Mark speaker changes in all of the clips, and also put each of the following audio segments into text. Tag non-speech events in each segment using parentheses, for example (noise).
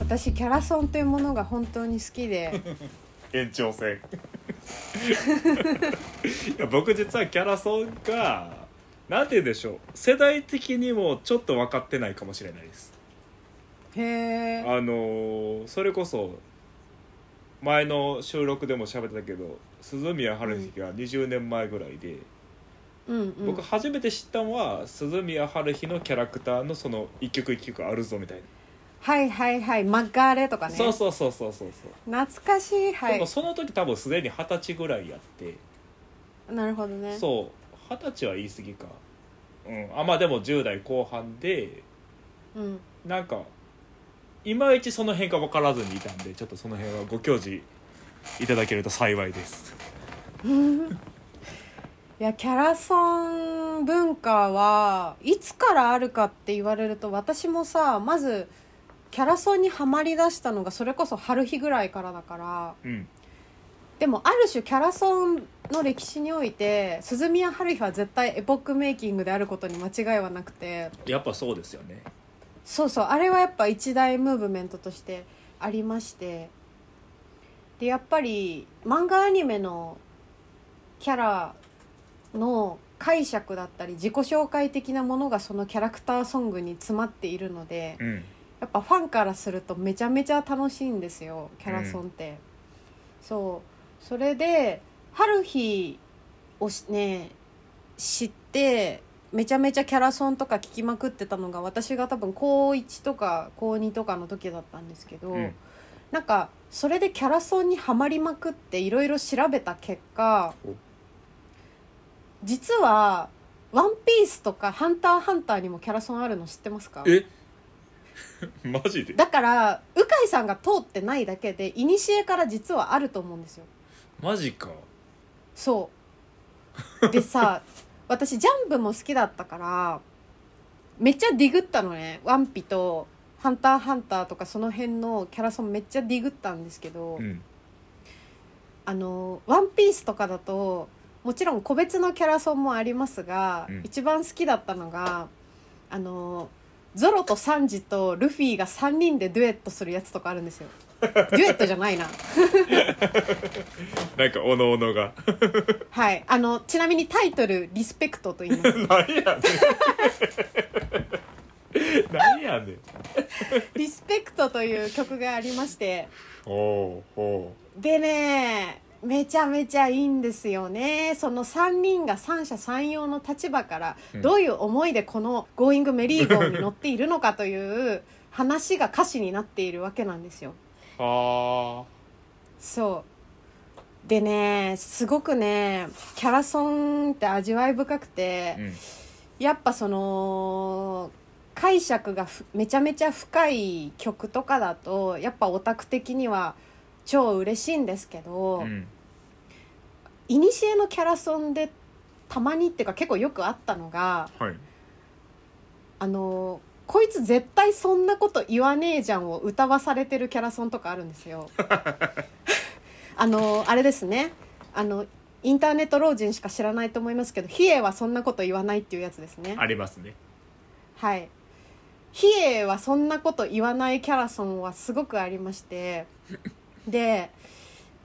Speaker 1: 私キャラソンというものが本当に好き
Speaker 2: (laughs)
Speaker 1: で
Speaker 2: 延長戦いや僕実はキャラソンがなんて言うんでしょう世代的にもちょっと分かってないかもしれないです
Speaker 1: へえ
Speaker 2: あのーそれこそ前の収録でも喋ってたけど鈴宮春日が20年前ぐらい
Speaker 1: う
Speaker 2: で、
Speaker 1: んうん
Speaker 2: 僕初めて知ったのは鈴宮春日のキャラクターのその一曲一曲あるぞみたい
Speaker 1: はいはいはいマッガーレとか
Speaker 2: な、
Speaker 1: ね
Speaker 2: そうそうそうそうそうそう、
Speaker 1: 懐かしいは
Speaker 2: でも
Speaker 1: い
Speaker 2: その時多分すでに二十歳ぐらいやって、
Speaker 1: なるほどね
Speaker 2: そう二十歳は言い過ぎかうんあまあでも10代後半で
Speaker 1: う、ん、
Speaker 2: なんかいまいちその辺が分からずにいたんでちょっとその辺はご教示いただけると幸いです
Speaker 1: いやキャラソン文化はいつからあるかって言われると私もさまずキャラソンにはまりだしたのがそれこそ春日ぐらいからだから
Speaker 2: うん
Speaker 1: でもある種キャラソンの歴史において鈴宮春日は絶対エポックメイキングであることに間違いはなくて
Speaker 2: やっぱそうですよね
Speaker 1: そうそうあれはやっぱ一大ムーブメントとしてありましてでやっぱり漫画アニメのキャラの解釈だったり自己紹介的なものがそのキャラクターソングに詰まっているので
Speaker 2: うん
Speaker 1: やっぱファンからするとめちゃめちゃ楽しいんですよキャラソンって、そうそれで春日をしね知ってめちゃめちゃキャラソンとか聞きまくってたのが私が多分高1とか高2とかの時だったんですけど、
Speaker 2: うん
Speaker 1: なんかそれでキャラソンにはまりまくっていろいろ調べた結果
Speaker 2: お
Speaker 1: 実は「ワンピースとか「ハンターハンター」にもキャラソンあるの知ってますか
Speaker 2: え (laughs) マジで
Speaker 1: だから鵜飼さんが通ってないだけで古から実はあると思うんですよ
Speaker 2: マジか
Speaker 1: そうでさ私ジャンプも好きだったからめっちゃディグったのねワンピとハンターハンターとかその辺のキャラソンめっちゃディグったんですけど、
Speaker 2: うん
Speaker 1: あのワンピースとかだともちろん個別のキャラソンもありますが、
Speaker 2: うん
Speaker 1: 一番好きだったのがあのゾロとサンジとルフィが3人でデュエットするやつとかあるんです
Speaker 2: (laughs)
Speaker 1: よデュエットじゃないな
Speaker 2: なんかおのおのが (laughs)
Speaker 1: はいあのちなみにタイトル「リスペクト」と言い
Speaker 2: (laughs)
Speaker 1: ます
Speaker 2: 何やねん何やねん
Speaker 1: 「リスペクト」という曲がありまして
Speaker 2: おうお
Speaker 1: でねめちゃめちゃいいんですよねその3人が三者三様の立場から
Speaker 2: うん
Speaker 1: どういう思いでこの「ゴーイングメリーゴー」に乗っているのかという話が歌詞になっているわけなんですよ。
Speaker 2: うは
Speaker 1: そうでねすごくねキャラソンって味わい深くて
Speaker 2: あ、うん
Speaker 1: やっぱその解釈がふめちゃめちゃ深い曲とかだとやっぱオタク的には超嬉しいんですけど。
Speaker 2: うん
Speaker 1: いにしえのキャラソンでたまにっていうか結構よくあったのが
Speaker 2: はい
Speaker 1: あのこいつ絶対そんなこと言わねえじゃんを歌わされてるキャラソンとかあるんですよ。あのあれですねあのインターネット老人しか知らないと思いますけど「比叡はそんなこと言わない」っていうやつですね。
Speaker 2: ありますね
Speaker 1: はい。比叡はそんなこと言わないキャラソンはすごくありまして。で、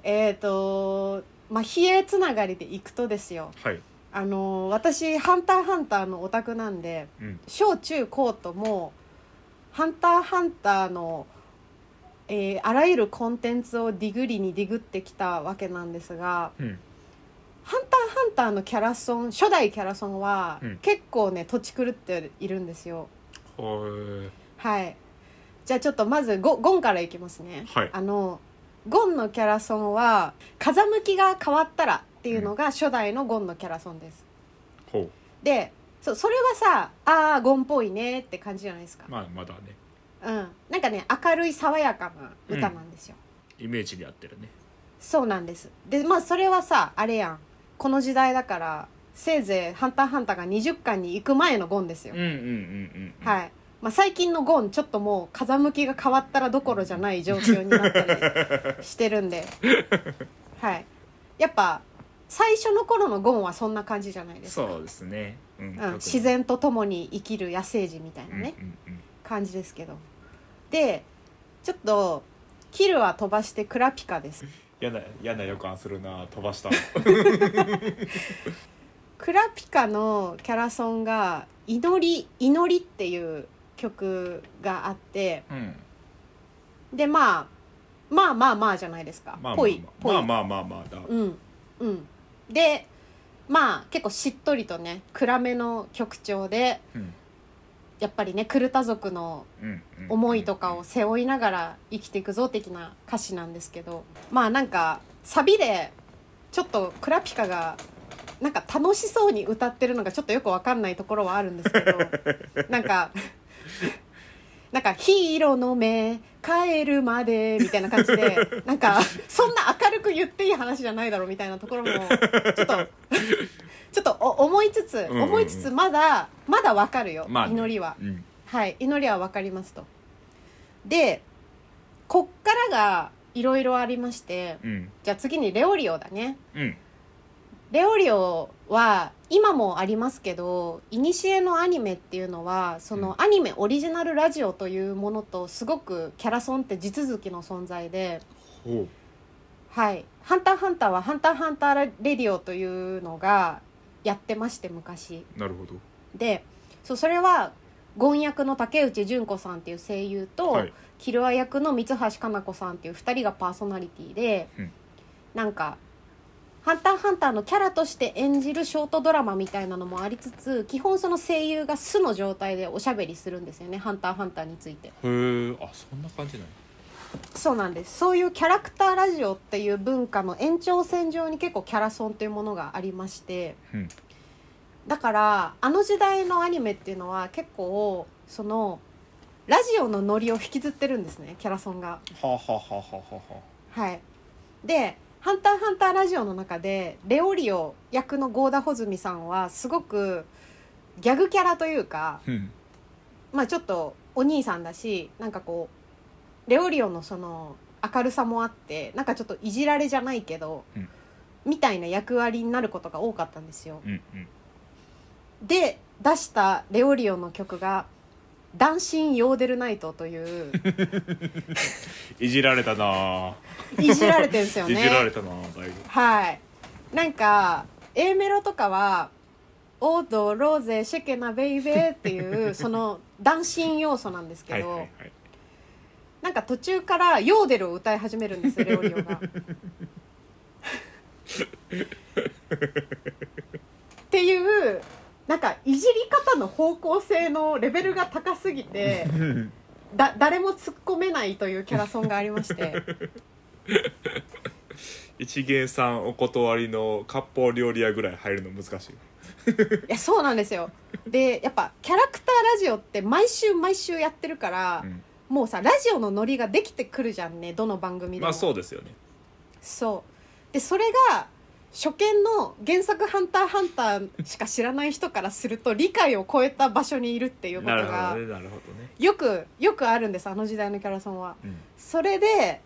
Speaker 1: えっ、と、まあ、比叡つながりでいくとですよ。
Speaker 2: はい
Speaker 1: あの、私、ハンターハンターのオタクなんで、
Speaker 2: うん
Speaker 1: 小中高ともう、ハンターハンターの、えーあらゆるコンテンツをディグリにディグってきたわけなんですが、
Speaker 2: うん
Speaker 1: ハンターハンターのキャラソン、初代キャラソンは
Speaker 2: うん、
Speaker 1: 結構ね、土地狂っているんですよ。
Speaker 2: は
Speaker 1: はい。じゃあちょっとまずゴゴンからいきますね。
Speaker 2: はい
Speaker 1: あのゴンのキャラソンは風向きが変わったらっていうのが初代のゴンのキャラソンです。
Speaker 2: いほ
Speaker 1: で、そそれはさ、ああゴンっぽいねって感じじゃないですか
Speaker 2: う。まあまだね
Speaker 1: うん。なんかね明るい爽やかな歌なんですよ。
Speaker 2: イメージに合ってるね
Speaker 1: そうなんです。で、まあそれはさあれやん。この時代だからせいぜいハンターハンターが20巻に行く前のゴンですよ
Speaker 2: うん。うんうんうんい
Speaker 1: はい。まあ、最近のゴン、ちょっともう風向きが変わったらどころじゃない状況になったりしてるん
Speaker 2: (laughs)
Speaker 1: で。はい。やっぱ、最初の頃のゴンはそんな感じじゃないですか。
Speaker 2: そうですねうん
Speaker 1: うん、自然と共に生きる野生児みたいなね、
Speaker 2: うんうんうん
Speaker 1: 感じですけど。で、ちちょっとキルは飛ばしてクラピカです
Speaker 2: 嫌な嫌な予感するな飛ばしたの
Speaker 1: クラピカのキャラソンが「祈り祈り」っていう曲があって
Speaker 2: うん
Speaker 1: でまあまあまあまあじゃないですか
Speaker 2: まあ
Speaker 1: ぽいぽい、
Speaker 2: まあまあまあまあまあだ
Speaker 1: うんうんでまあ結構しっとりとね暗めの曲調で
Speaker 2: うん
Speaker 1: やっぱりねクルタ族の
Speaker 2: うんうん
Speaker 1: 思いとかを背負いながら生きていくぞ的な歌詞なんですけどまあなんかサビでちょっとクラピカがなんか楽しそうに歌ってるのがちょっとよくわかんないところはあるんですけど
Speaker 2: (laughs)
Speaker 1: なんかなんか「ヒーローの目帰るまで」みたいな感じでなんかそんな明るく言っていい話じゃないだろうみたいなところも
Speaker 2: (laughs)
Speaker 1: ちょっとちょっとお思いつつ
Speaker 2: んうん
Speaker 1: 思いつつまだまだわかるよ、
Speaker 2: まあね
Speaker 1: 祈りは。
Speaker 2: うん
Speaker 1: はい祈りは分かりますとでこっからがいろいろありまして
Speaker 2: うん
Speaker 1: じゃあ次にレオリオだね
Speaker 2: うん
Speaker 1: レオリオは今もありますけど古のアニメっていうのはそのアニメオリジナルラジオというものとすごくキャラソンって地続きの存在で
Speaker 2: ほ
Speaker 1: はい「ハンターハンター」は「ハンターハンターレディオ」というのがやってまして昔
Speaker 2: うなるほど
Speaker 1: でそうそれは権役の竹内純子さんっていう声優と、
Speaker 2: はい
Speaker 1: キルア役の三橋かな子さんっていう2人がパーソナリティで、
Speaker 2: うん
Speaker 1: なんか「ハンターハンター」のキャラとして演じるショートドラマみたいなのもありつつ基本その声優が素の状態でおしゃべりするんですよね「ハンターハンター」について
Speaker 2: へえあそんな感じなんや
Speaker 1: そうなんですそういうキャラクターラジオっていう文化の延長線上に結構キャラソンというものがありまして
Speaker 2: うん
Speaker 1: だからあの時代のアニメっていうのは結構そのラジオのノリを引きずってるんですねキャラソンが。
Speaker 2: はあはあはあはあはあは
Speaker 1: はい、で「ハンターハンターラジオ」の中でレオリオ役の郷田穂積さんはすごくギャグキャラというか、
Speaker 2: あうん
Speaker 1: まあ、ちょっとお兄さんだしなんかこうレオリオのその明るさもあってなんかちょっといじられじゃないけど、
Speaker 2: うん
Speaker 1: みたいな役割になることが多かったんですよ。
Speaker 2: うんうん
Speaker 1: で出したレオリオの曲が「ダンシン・ヨーデル・ナイト」と
Speaker 2: (laughs)
Speaker 1: いう
Speaker 2: いじられたなあ
Speaker 1: いじられてるんですよね。
Speaker 2: いじられたなあだいぶ
Speaker 1: はいなんか A メロとかは「オードローゼシェケナベイベー」っていうその断心要素なんです
Speaker 2: は
Speaker 1: け
Speaker 2: い
Speaker 1: ど、
Speaker 2: はいはい
Speaker 1: なんか途中から「ヨーデル」を歌い始めるん
Speaker 2: (laughs)
Speaker 1: ですよレオリオが。っていうなんかいじり方の方向性のレベルが高すぎて
Speaker 2: (laughs) うん
Speaker 1: だ誰も突っ込めないというキャラソンがありま
Speaker 2: (laughs)
Speaker 1: して。
Speaker 2: 一元さんお断りの割烹料理屋ぐらい入るの難しい
Speaker 1: いやそうなんですよでやっぱキャラクターラジオって毎週毎週やってるから、
Speaker 2: うん
Speaker 1: もうさラジオのノリができてくるじゃんねどの番組でも、
Speaker 2: まあそううですよね
Speaker 1: そうでそれが初見の原作「ハンターハンター」しか知らない人からすると理解を超えた場所にいるっていうこと
Speaker 2: なるほ
Speaker 1: が
Speaker 2: どねなるほどね
Speaker 1: よくよくあるんですあの時代のキャラソンは。
Speaker 2: うん
Speaker 1: それで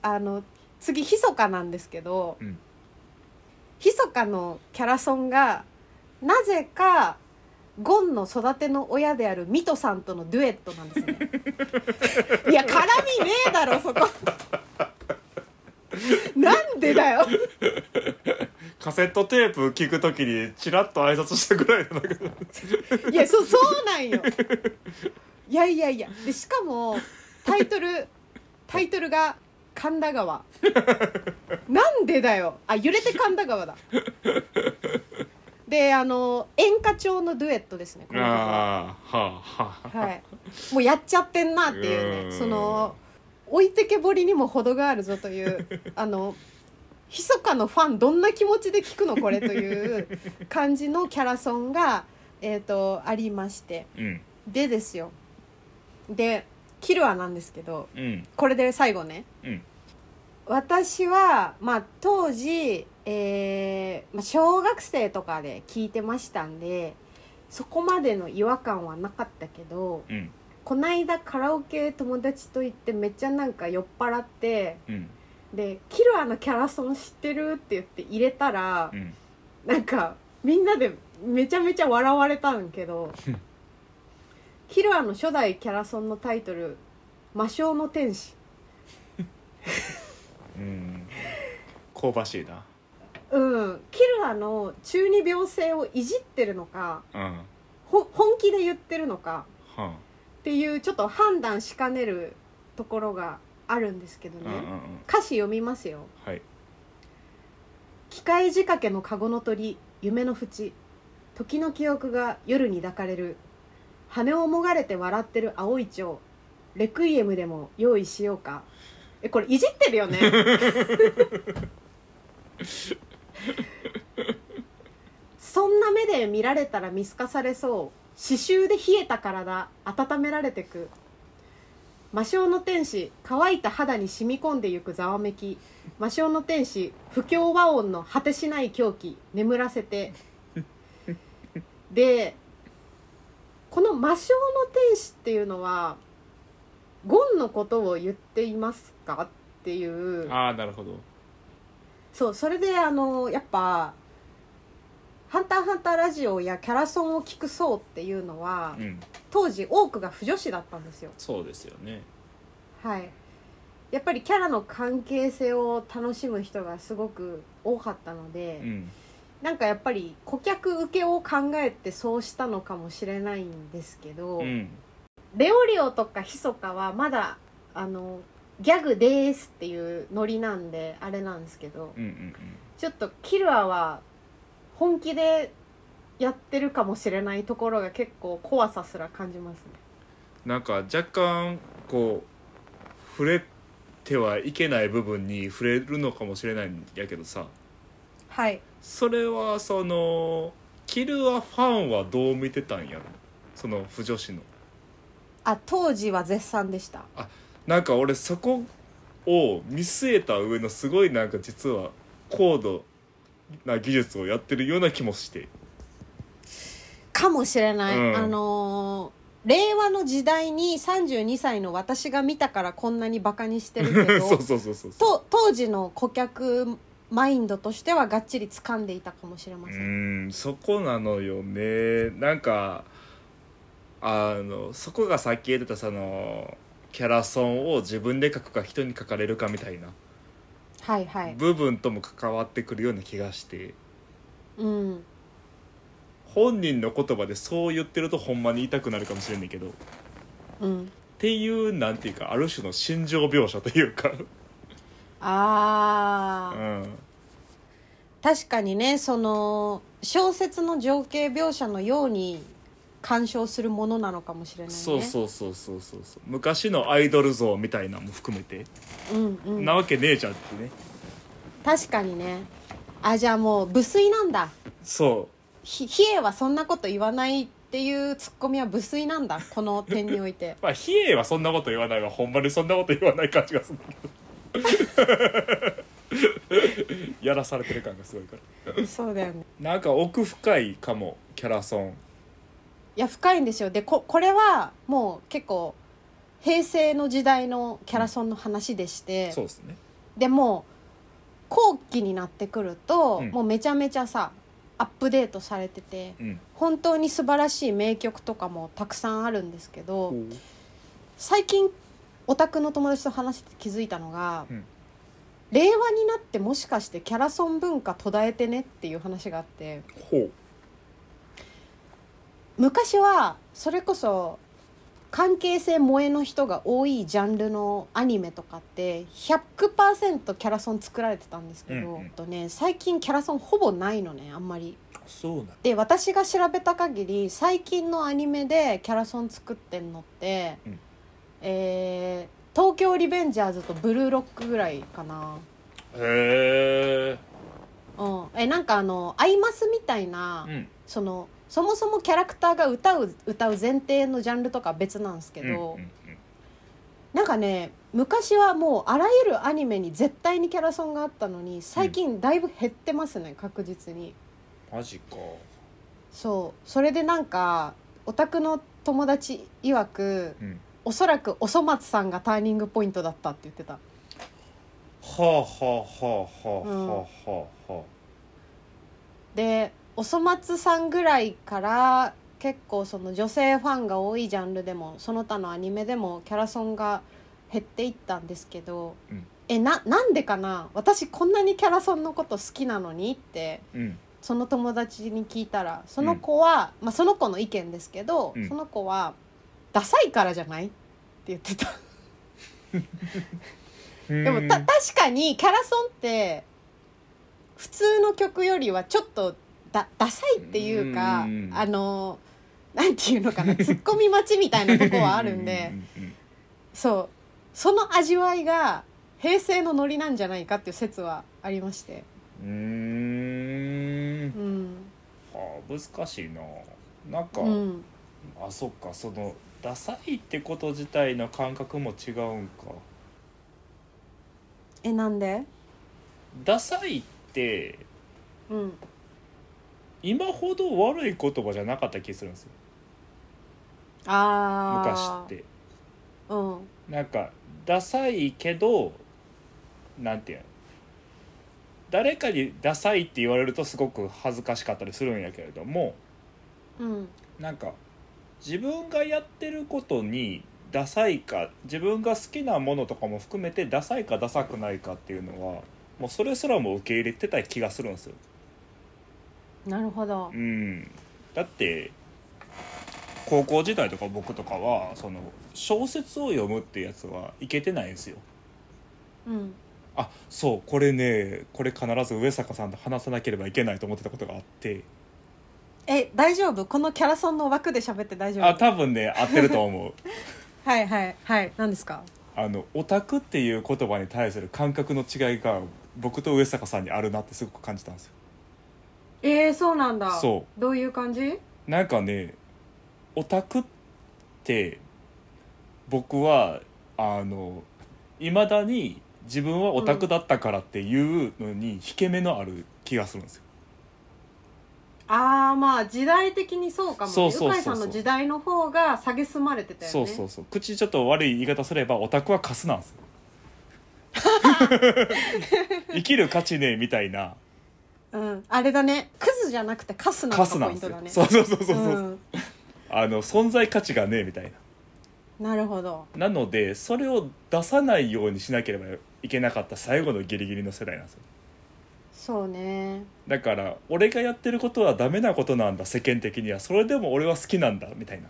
Speaker 1: あの次ひそかなんですけど、
Speaker 2: うん
Speaker 1: ひそかのキャラソンがなぜかゴンの育ての親であるミトさんとのデュエットなん
Speaker 2: (laughs)
Speaker 1: ですねいや絡みねえだろそこなんでだよ
Speaker 2: カセットテープ聞くときにチラッと挨拶したぐらいなんだけど
Speaker 1: (laughs) いやそそうなんよいやいやいやでしかもタイトルタイトルが「神田川」なんでだよあ揺れて神田川だであの演歌調のデュエットですねこの曲は、
Speaker 2: ああはあはあ
Speaker 1: はい、もうやっちゃってんなっていう
Speaker 2: う
Speaker 1: ね
Speaker 2: ん
Speaker 1: その置いてけぼりにも程があるぞというあの密かのファンどんな気持ちで聞くのこれという感じのキャラソンが、えー、とありまして
Speaker 2: うん
Speaker 1: でですよでキルアなんですけど
Speaker 2: うん
Speaker 1: これで最後ね
Speaker 2: うん
Speaker 1: 私は、まあ、当時、えーまあ、小学生とかで聞いてましたんでそこまでの違和感はなかったけど
Speaker 2: うん
Speaker 1: こないだカラオケ友達と行ってめっちゃなんか酔っ払って
Speaker 2: うん
Speaker 1: で「キルアのキャラソン知ってる?」って言って入れたら
Speaker 2: うん
Speaker 1: なんかみんなでめちゃめちゃ笑われたんけ
Speaker 2: (laughs)
Speaker 1: どキルアの初代キャラソンのタイトル「魔性の天使」
Speaker 2: うん香ばしいな
Speaker 1: うんキルラの中二病性をいじってるのか
Speaker 2: うんは
Speaker 1: ほ本気で言ってるのか
Speaker 2: あ
Speaker 1: っていうちょっと判断しかねるところがあるんですけど
Speaker 2: うん
Speaker 1: ね、
Speaker 2: うんうん
Speaker 1: 歌詞読みますよ
Speaker 2: はい
Speaker 1: 「機械仕掛けの籠の鳥夢の淵時の記憶が夜に抱かれる羽をもがれて笑ってる青い蝶レクイエムでも用意しようか」えこれいじってるよねそんな目で見られたら見透かされそう刺繍で冷えた体温められてく魔性の天使乾いた肌に染み込んでゆくざわめき魔性の天使不協和音の果てしない狂気眠らせてでこの魔性の天使っていうのはゴンのことを言っていますかっていう
Speaker 2: ああなるほど
Speaker 1: そうそれであのやっぱ「ハンターハンターラジオ」やキャラソンを聞く層っていうのは
Speaker 2: うん
Speaker 1: 当時多くが不女子だったんですよ
Speaker 2: そうですよね
Speaker 1: はいやっぱりキャラの関係性を楽しむ人がすごく多かったので、
Speaker 2: うん
Speaker 1: なんかやっぱり顧客受けを考えてそうしたのかもしれないんですけど、
Speaker 2: うん
Speaker 1: レオリオとかヒソカはまだあのギャグですっていうノリなんであれなんですけど、
Speaker 2: うんうん
Speaker 1: ちょっとキルアは本気でやってるかもしれないところが結構怖さすら感じますね
Speaker 2: うんなんか若干こう触れてはいけない部分に触れるのかもしれないんやけどさ
Speaker 1: はい
Speaker 2: それはそのキルはファンはどう見てたんやろその不女子の
Speaker 1: あ当時は絶賛でした
Speaker 2: なんか俺そこを見据えた上のすごいなんか実は高度な技術をやってるような気もして
Speaker 1: かもしれない、
Speaker 2: うん
Speaker 1: あのー令和の時代に32歳の私が見たからこんなにバカにしてるけど
Speaker 2: (laughs) そうそうそうそうそう
Speaker 1: と当時の顧客マインドとしてはがっちり掴んでいたかもしれま
Speaker 2: う
Speaker 1: せん、
Speaker 2: ーんそこなのよねなんかあのそこがさっき言ってたそのキャラソンを自分で書くか人に書かれるかみたいな
Speaker 1: はいはい
Speaker 2: 部分とも関わってくるような気がして
Speaker 1: うん
Speaker 2: 本人の言葉でそう言ってるとほんまに痛くなるかもしれないけどっ
Speaker 1: うん
Speaker 2: ていうなんていうかある種の心情描写というか、
Speaker 1: あ
Speaker 2: う
Speaker 1: あ、
Speaker 2: ん、
Speaker 1: 確かにねその小説の情景描写のように鑑賞するものなのかもしれないね
Speaker 2: そうそうそうそうそうそう昔のアイドル像みたいなのも含めて、
Speaker 1: う、んうん
Speaker 2: な、わけねえじゃんってね
Speaker 1: 確かにねあじゃあもう無粋なんだ
Speaker 2: そ
Speaker 1: ひ比叡はそんなこと言わないっていうツッコミは無粋なんだこの点において
Speaker 2: (laughs) うまあ比叡はそんなこと言わないわほんまにそんなこと言わない感じがするけど (laughs) やらされてる感がすごいから
Speaker 1: そうだよね
Speaker 2: なんか奥深いかもキャラソン
Speaker 1: いや深いんですよでここれはもう結構平成の時代のキャラソンの話でして
Speaker 2: そうですね
Speaker 1: でもう後期になってくると、
Speaker 2: うん
Speaker 1: もうめちゃめちゃさアップデートされてて
Speaker 2: うん
Speaker 1: 本当に素晴らしい名曲とかもたくさんあるんですけど、最近オタクの友達と話してて気づいたのが、
Speaker 2: うん
Speaker 1: 令和になってもしかしてキャラソン文化途絶えてねっていう話があって
Speaker 2: ほう
Speaker 1: 昔はそれこそ関係性萌えの人が多いジャンルのアニメとかって100%キャラソン作られてたんですけど、
Speaker 2: うんうん
Speaker 1: とね、最近キャラソンほぼないのねあんまり。
Speaker 2: そうな
Speaker 1: で私が調べた限り最近のアニメでキャラソン作ってんのって、
Speaker 2: うん
Speaker 1: えー東京リベンジャーズ」と「ブルーロック」ぐらいかな、
Speaker 2: へえ
Speaker 1: うん、えなんかあの「アイマス」みたいな、
Speaker 2: うん
Speaker 1: そのそもそもキャラクターが歌う歌う前提のジャンルとかは別なんですけど、
Speaker 2: うんうんうん
Speaker 1: なんかね昔はもうあらゆるアニメに絶対にキャラソンがあったのに最近だいぶ減ってますね、確実に。
Speaker 2: マジか
Speaker 1: そうそれでなんかオタクの友達曰く
Speaker 2: うん
Speaker 1: おそらくおそ松さんがターニングポイントだったって言ってた
Speaker 2: はあはあはあはあはあはあ
Speaker 1: でおそ松さんぐらいから結構その女性ファンが多いジャンルでもその他のアニメでもキャラソンが減っていったんですけど、
Speaker 2: うん
Speaker 1: えななんでかな私こんなにキャラソンのこと好きなのにって
Speaker 2: うん
Speaker 1: その友達に聞いたらその子は、まあ、その子の意見ですけど、
Speaker 2: うん
Speaker 1: その子は「ダサいからじゃない?」って言ってたでもた
Speaker 2: う
Speaker 1: 確
Speaker 2: ん
Speaker 1: かにキャラソンって普通の曲よりはちょっとだダサいっていうか、
Speaker 2: うん
Speaker 1: あのなんていうのかなツッコミ待ちみたいなとこはあるんで
Speaker 2: うんうんうん
Speaker 1: そうその味わいが平成のノリなんじゃないかっていう説はありまして。
Speaker 2: うーん
Speaker 1: うん
Speaker 2: あー難しいななんか、
Speaker 1: うん
Speaker 2: あそっかそのダサいってこと自体の感覚も違うんか
Speaker 1: えなんで
Speaker 2: ダサいって
Speaker 1: うん
Speaker 2: 今ほど悪い言葉じゃなかった気するんですよ
Speaker 1: あ
Speaker 2: 昔
Speaker 1: あ
Speaker 2: って
Speaker 1: うん
Speaker 2: なんかダサいけどなんていうの誰かにダサいって言われるとすごく恥ずかしかったりするんやけれども
Speaker 1: うん
Speaker 2: なんか自分がやってることにダサいか自分が好きなものとかも含めてダサいかダサくないかっていうのはもうそれすらも受け入れてた気がするんですよ。
Speaker 1: なるほど
Speaker 2: うん、だって高校時代とか僕とかはその小説を読むってやつはいけてないんですよ。
Speaker 1: うん
Speaker 2: あそうこれねこれ必ず上坂さんと話さなければいけないと思ってたことがあって
Speaker 1: え大丈夫このキャラソンの枠で喋って大丈夫
Speaker 2: あ多分ね合ってると思う
Speaker 1: はいはいはい何ですか
Speaker 2: あのオタクっていう言葉に対する感覚の違いが僕と上坂さんにあるなってすごく感じたんですよ
Speaker 1: えー、そうなんだ
Speaker 2: そう
Speaker 1: どういう感じ
Speaker 2: なんかねオタクって僕はあのいまだに自分はオタクだったからっていうのに引け目のある気がするんですよ、
Speaker 1: ああまあ時代的にそうかもね
Speaker 2: そうそうそうそう
Speaker 1: ゆかいさんの時代の方が下げすまれてたよね
Speaker 2: そうそうそう口ちょっと悪い言い方すればオタクはカスな
Speaker 1: (laughs)
Speaker 2: んですよ生きる価値ねえみたいな
Speaker 1: う、ん、あれだねクズじゃなくてカスなの
Speaker 2: カ
Speaker 1: が
Speaker 2: スな
Speaker 1: ポ
Speaker 2: ん
Speaker 1: イント
Speaker 2: ですよ、
Speaker 1: だね
Speaker 2: そうそうそうそうそう、
Speaker 1: うん
Speaker 2: あの存在価値がねえみたい
Speaker 1: なるほど
Speaker 2: ななのでそれを出さないようにしなければいけなかった最後のギリギリの世代なんですよ
Speaker 1: そうね
Speaker 2: だから俺がやってることはダメなことなんだ世間的にはそれでも俺は好きなんだみたいな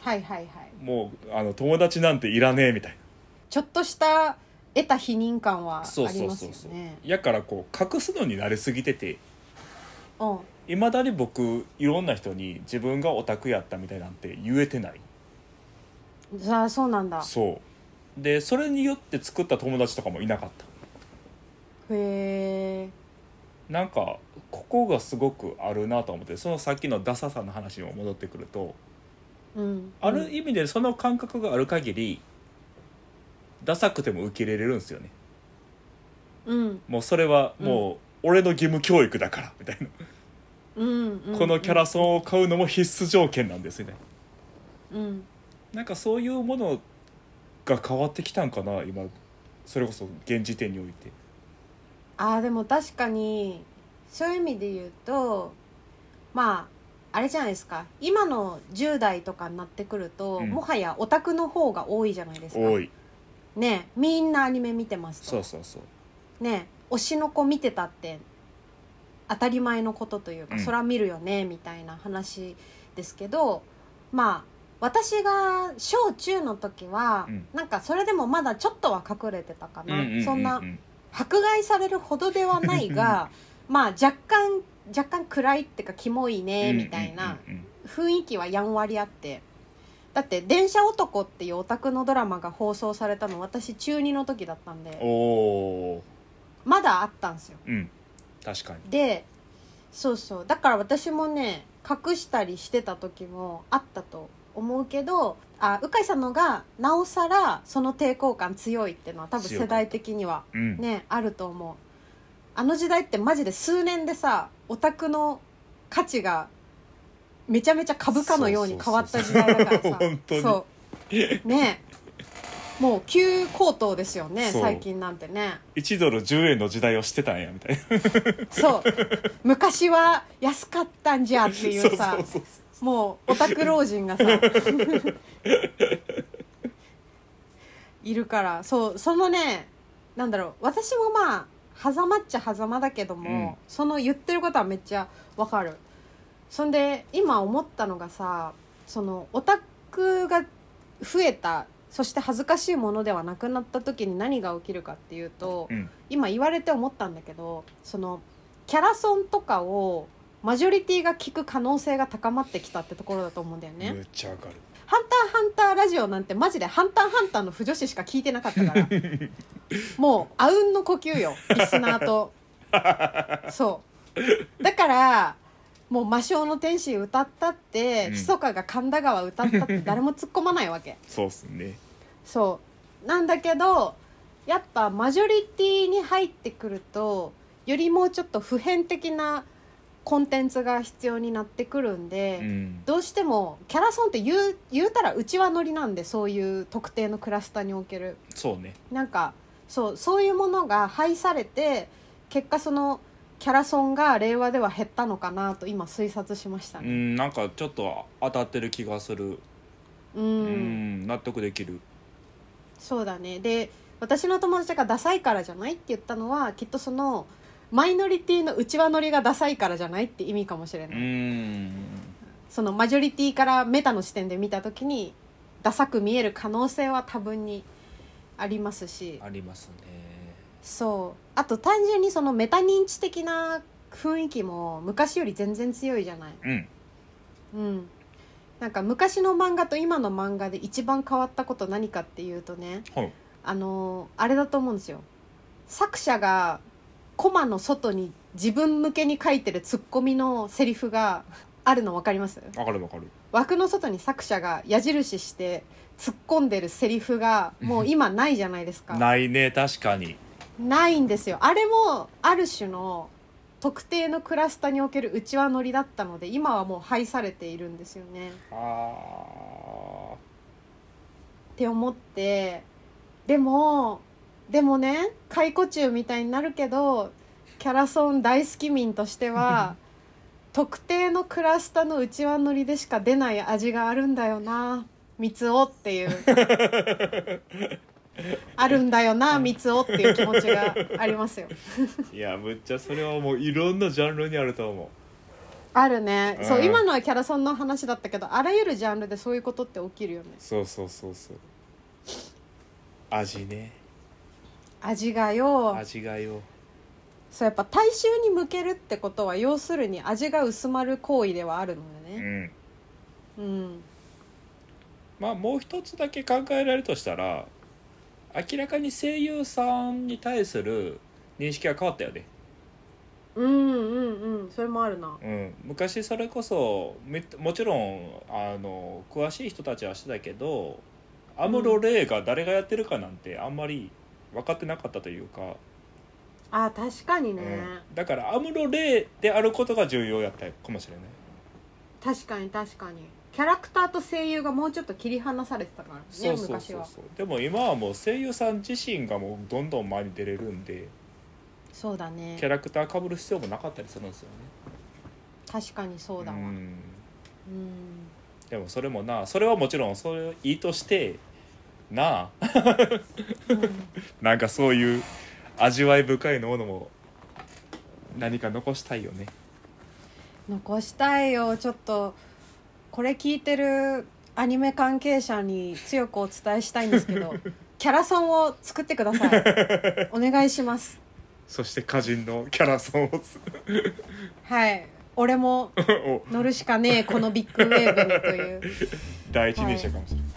Speaker 1: はいはいはい
Speaker 2: もうあの友達なんていらねえみたい
Speaker 1: ちょっとした得た否認感はありま
Speaker 2: な
Speaker 1: す
Speaker 2: そ
Speaker 1: よ
Speaker 2: う
Speaker 1: ね
Speaker 2: そうそうそうやからこう隠すのに慣れすぎてて
Speaker 1: うん
Speaker 2: いまだに僕いろんな人に自分がオタクやったみたいなんて言えてない
Speaker 1: じゃあそうなんだ
Speaker 2: そうでそれによって作った友達とかもいなかった
Speaker 1: へえ
Speaker 2: なんかここがすごくあるなと思ってそのさっきのダサさの話にも戻ってくると
Speaker 1: うん
Speaker 2: ある意味でその感覚がある限りダサくても受け入れれるんですよね
Speaker 1: うん
Speaker 2: もうそれはもう俺の義務教育だからみたいな、
Speaker 1: うん、うん、
Speaker 2: このキャラソンを買うのも必須条件なんですみたいな
Speaker 1: うん
Speaker 2: なんかそういうものが変わってきたんかな今それこそ現時点において
Speaker 1: あーでも確かにそういう意味で言うとまああれじゃないですか今の10代とかになってくると、
Speaker 2: うん
Speaker 1: もはやオタクの方が多いじゃないですか
Speaker 2: 多い
Speaker 1: ねえみんなアニメ見てます
Speaker 2: そ
Speaker 1: と
Speaker 2: うそうそう
Speaker 1: ねえ推しの子見てたって当たり前のことというか、
Speaker 2: うん
Speaker 1: そら見るよねみたいな話ですけどまあ私が小中の時は、
Speaker 2: うん
Speaker 1: なんかそれでもまだちょっとは隠れてたかな、そんな
Speaker 2: うん
Speaker 1: 迫害されるほどではないがまあ若干若干暗いってかキモいねみたいな
Speaker 2: うんうん
Speaker 1: 雰囲気はやんわりあってだって「電車男」っていうオタクのドラマが放送されたの私中2の時だったん
Speaker 2: うんうん
Speaker 1: で
Speaker 2: おー
Speaker 1: まだあったんですよ
Speaker 2: うん確かに
Speaker 1: でそうそうだから私もね隠したりしてた時もあったと思うけどあ鵜飼さんのがなおさらその抵抗感強いっていうのは多分世代的には
Speaker 2: うん、
Speaker 1: ねあると思うあの時代ってマジで数年でさオタクの価値がめちゃめちゃ株価のように変わった時代だからさ
Speaker 2: そうそうそう (laughs) 本当に
Speaker 1: そうねもう急高騰ですよね
Speaker 2: そう
Speaker 1: 最近なんてね
Speaker 2: 1ドル10円の時代をしてたんやみたいな
Speaker 1: そう昔は安かったんじゃっていうさ
Speaker 2: (laughs) そうそうそう
Speaker 1: もうオタク老人がさいるからそうそのねなんだろう私もまあ狭間っちゃ狭間だけども、
Speaker 2: うん
Speaker 1: その言ってることはめっちゃわかるそんで今思ったのがさそのオタクが増えたそして恥ずかしいものではなくなった時に何が起きるかっていうと、
Speaker 2: うん
Speaker 1: 今言われて思ったんだけどそのキャラソンとかをマジョリティが聞く可能性が高まってきたってところだと思うんだよね。
Speaker 2: むっちゃわかる
Speaker 1: ハンターハンターラジオなんてマジでハンターハンターの不女子しか聞いてなかったからもうあうんの呼吸よリスナー
Speaker 2: (laughs)
Speaker 1: とそうだからもう魔性の天使歌ったって、
Speaker 2: うん
Speaker 1: 密かが神田川歌ったって誰も突っ込まないわけ
Speaker 2: そうっすね
Speaker 1: そうなんだけどやっぱマジョリティに入ってくるとよりもうちょっと普遍的なコンテンツが必要になってくるんで、
Speaker 2: うん
Speaker 1: どうしてもキャラソンって言う言うたらうちわ乗りなんでそういう特定のクラスターにおける
Speaker 2: そうね
Speaker 1: なんかそうそういうものが廃されて結果そのキャラソンが令和では減ったのかなと今推察しました
Speaker 2: う
Speaker 1: ね
Speaker 2: んなんかちょっと当たってる気がする
Speaker 1: うん
Speaker 2: うん、納得できる
Speaker 1: そうだねで私の友達がダサいからじゃないって言ったのはきっとそのマイノリティのうちわ乗りがダサいからじゃないって意味かもしれ
Speaker 2: う
Speaker 1: ない、
Speaker 2: ん
Speaker 1: そのマジョリティからメタの視点で見た時にダサく見える可能性は多分にありますし
Speaker 2: ありますね
Speaker 1: そうあと単純にそのメタ認知的な雰囲気も昔より全然強いじゃない
Speaker 2: うん
Speaker 1: うんなんか昔の漫画と今の漫画で一番変わったこと何かっていうとね
Speaker 2: はい
Speaker 1: あのあれだと思うんですよ作者がコマの外に自分向けに書いてるツッコミのセリフがあるの分かります
Speaker 2: わかるわかる
Speaker 1: 枠の外に作者が矢印して突っ込んでるセリフがもう今ないじゃないですか
Speaker 2: (laughs) ないね確かに
Speaker 1: ないんですよあれもある種の特定のクラスターにおけるうちわ乗りだったので今はもう廃されているんですよね
Speaker 2: あ
Speaker 1: って思ってでもでもね解雇中みたいになるけどキャラソン大好き民としては特定のクラスターのうちわ乗りでしか出ない味があるんだよな三つおっていうあるんだよな三つおっていう気持ちがありますよ
Speaker 2: いやむっちゃそれはもういろんなジャンルにあると思
Speaker 1: あるね、そう
Speaker 2: うん
Speaker 1: 今のはキャラソンの話だったけどあらゆるジャンルでそういうことって起きるよね
Speaker 2: うそうそうそうそう味ね
Speaker 1: 味がよ
Speaker 2: 味がよ
Speaker 1: そうやっぱ大衆に向けるってことは要するに味が薄まる行為ではあるので
Speaker 2: う
Speaker 1: ね
Speaker 2: ん
Speaker 1: うん
Speaker 2: まあもう一つだけ考えられるとしたら明らかに声優さんに対する認識が変わったよね、
Speaker 1: うんうんうんそれもあるな
Speaker 2: うん、昔それこそめもちろんあの詳しい人たちはしてたけどアムロ・レイが誰がやってるかなんてあんまり分かってなかったというか、
Speaker 1: あ確かに
Speaker 2: う
Speaker 1: ね、
Speaker 2: ん、だからアムロ・レイであることが重要やったかもしれない
Speaker 1: 確かに確かにキャラクターと声優がもうちょっと切り離されてたからね
Speaker 2: そうそう
Speaker 1: 昔
Speaker 2: そう
Speaker 1: は
Speaker 2: そうでも今はもう声優さん自身がもうどんどん前に出れるんで
Speaker 1: そうだ
Speaker 2: キャ
Speaker 1: ね
Speaker 2: ラクターかぶる必要もなかったりするんですよね
Speaker 1: 確かにそうだわうん、
Speaker 2: んでもそれもなそれはもちろんそれをいいとしてな (laughs) あ
Speaker 1: うん (laughs)
Speaker 2: なんかそういう味わい深いものも何か残したいよね
Speaker 1: 残したいよちょっとこれ聞いてるアニメ関係者に強くお伝えしたいんですけ
Speaker 2: (laughs)
Speaker 1: どキャラソンを作ってくださいお願いします
Speaker 2: そして歌人のキャラソンを (laughs)
Speaker 1: はい俺も
Speaker 2: を
Speaker 1: 乗るしかねえこのビッグウェーブにという
Speaker 2: 第一人者かもしれない、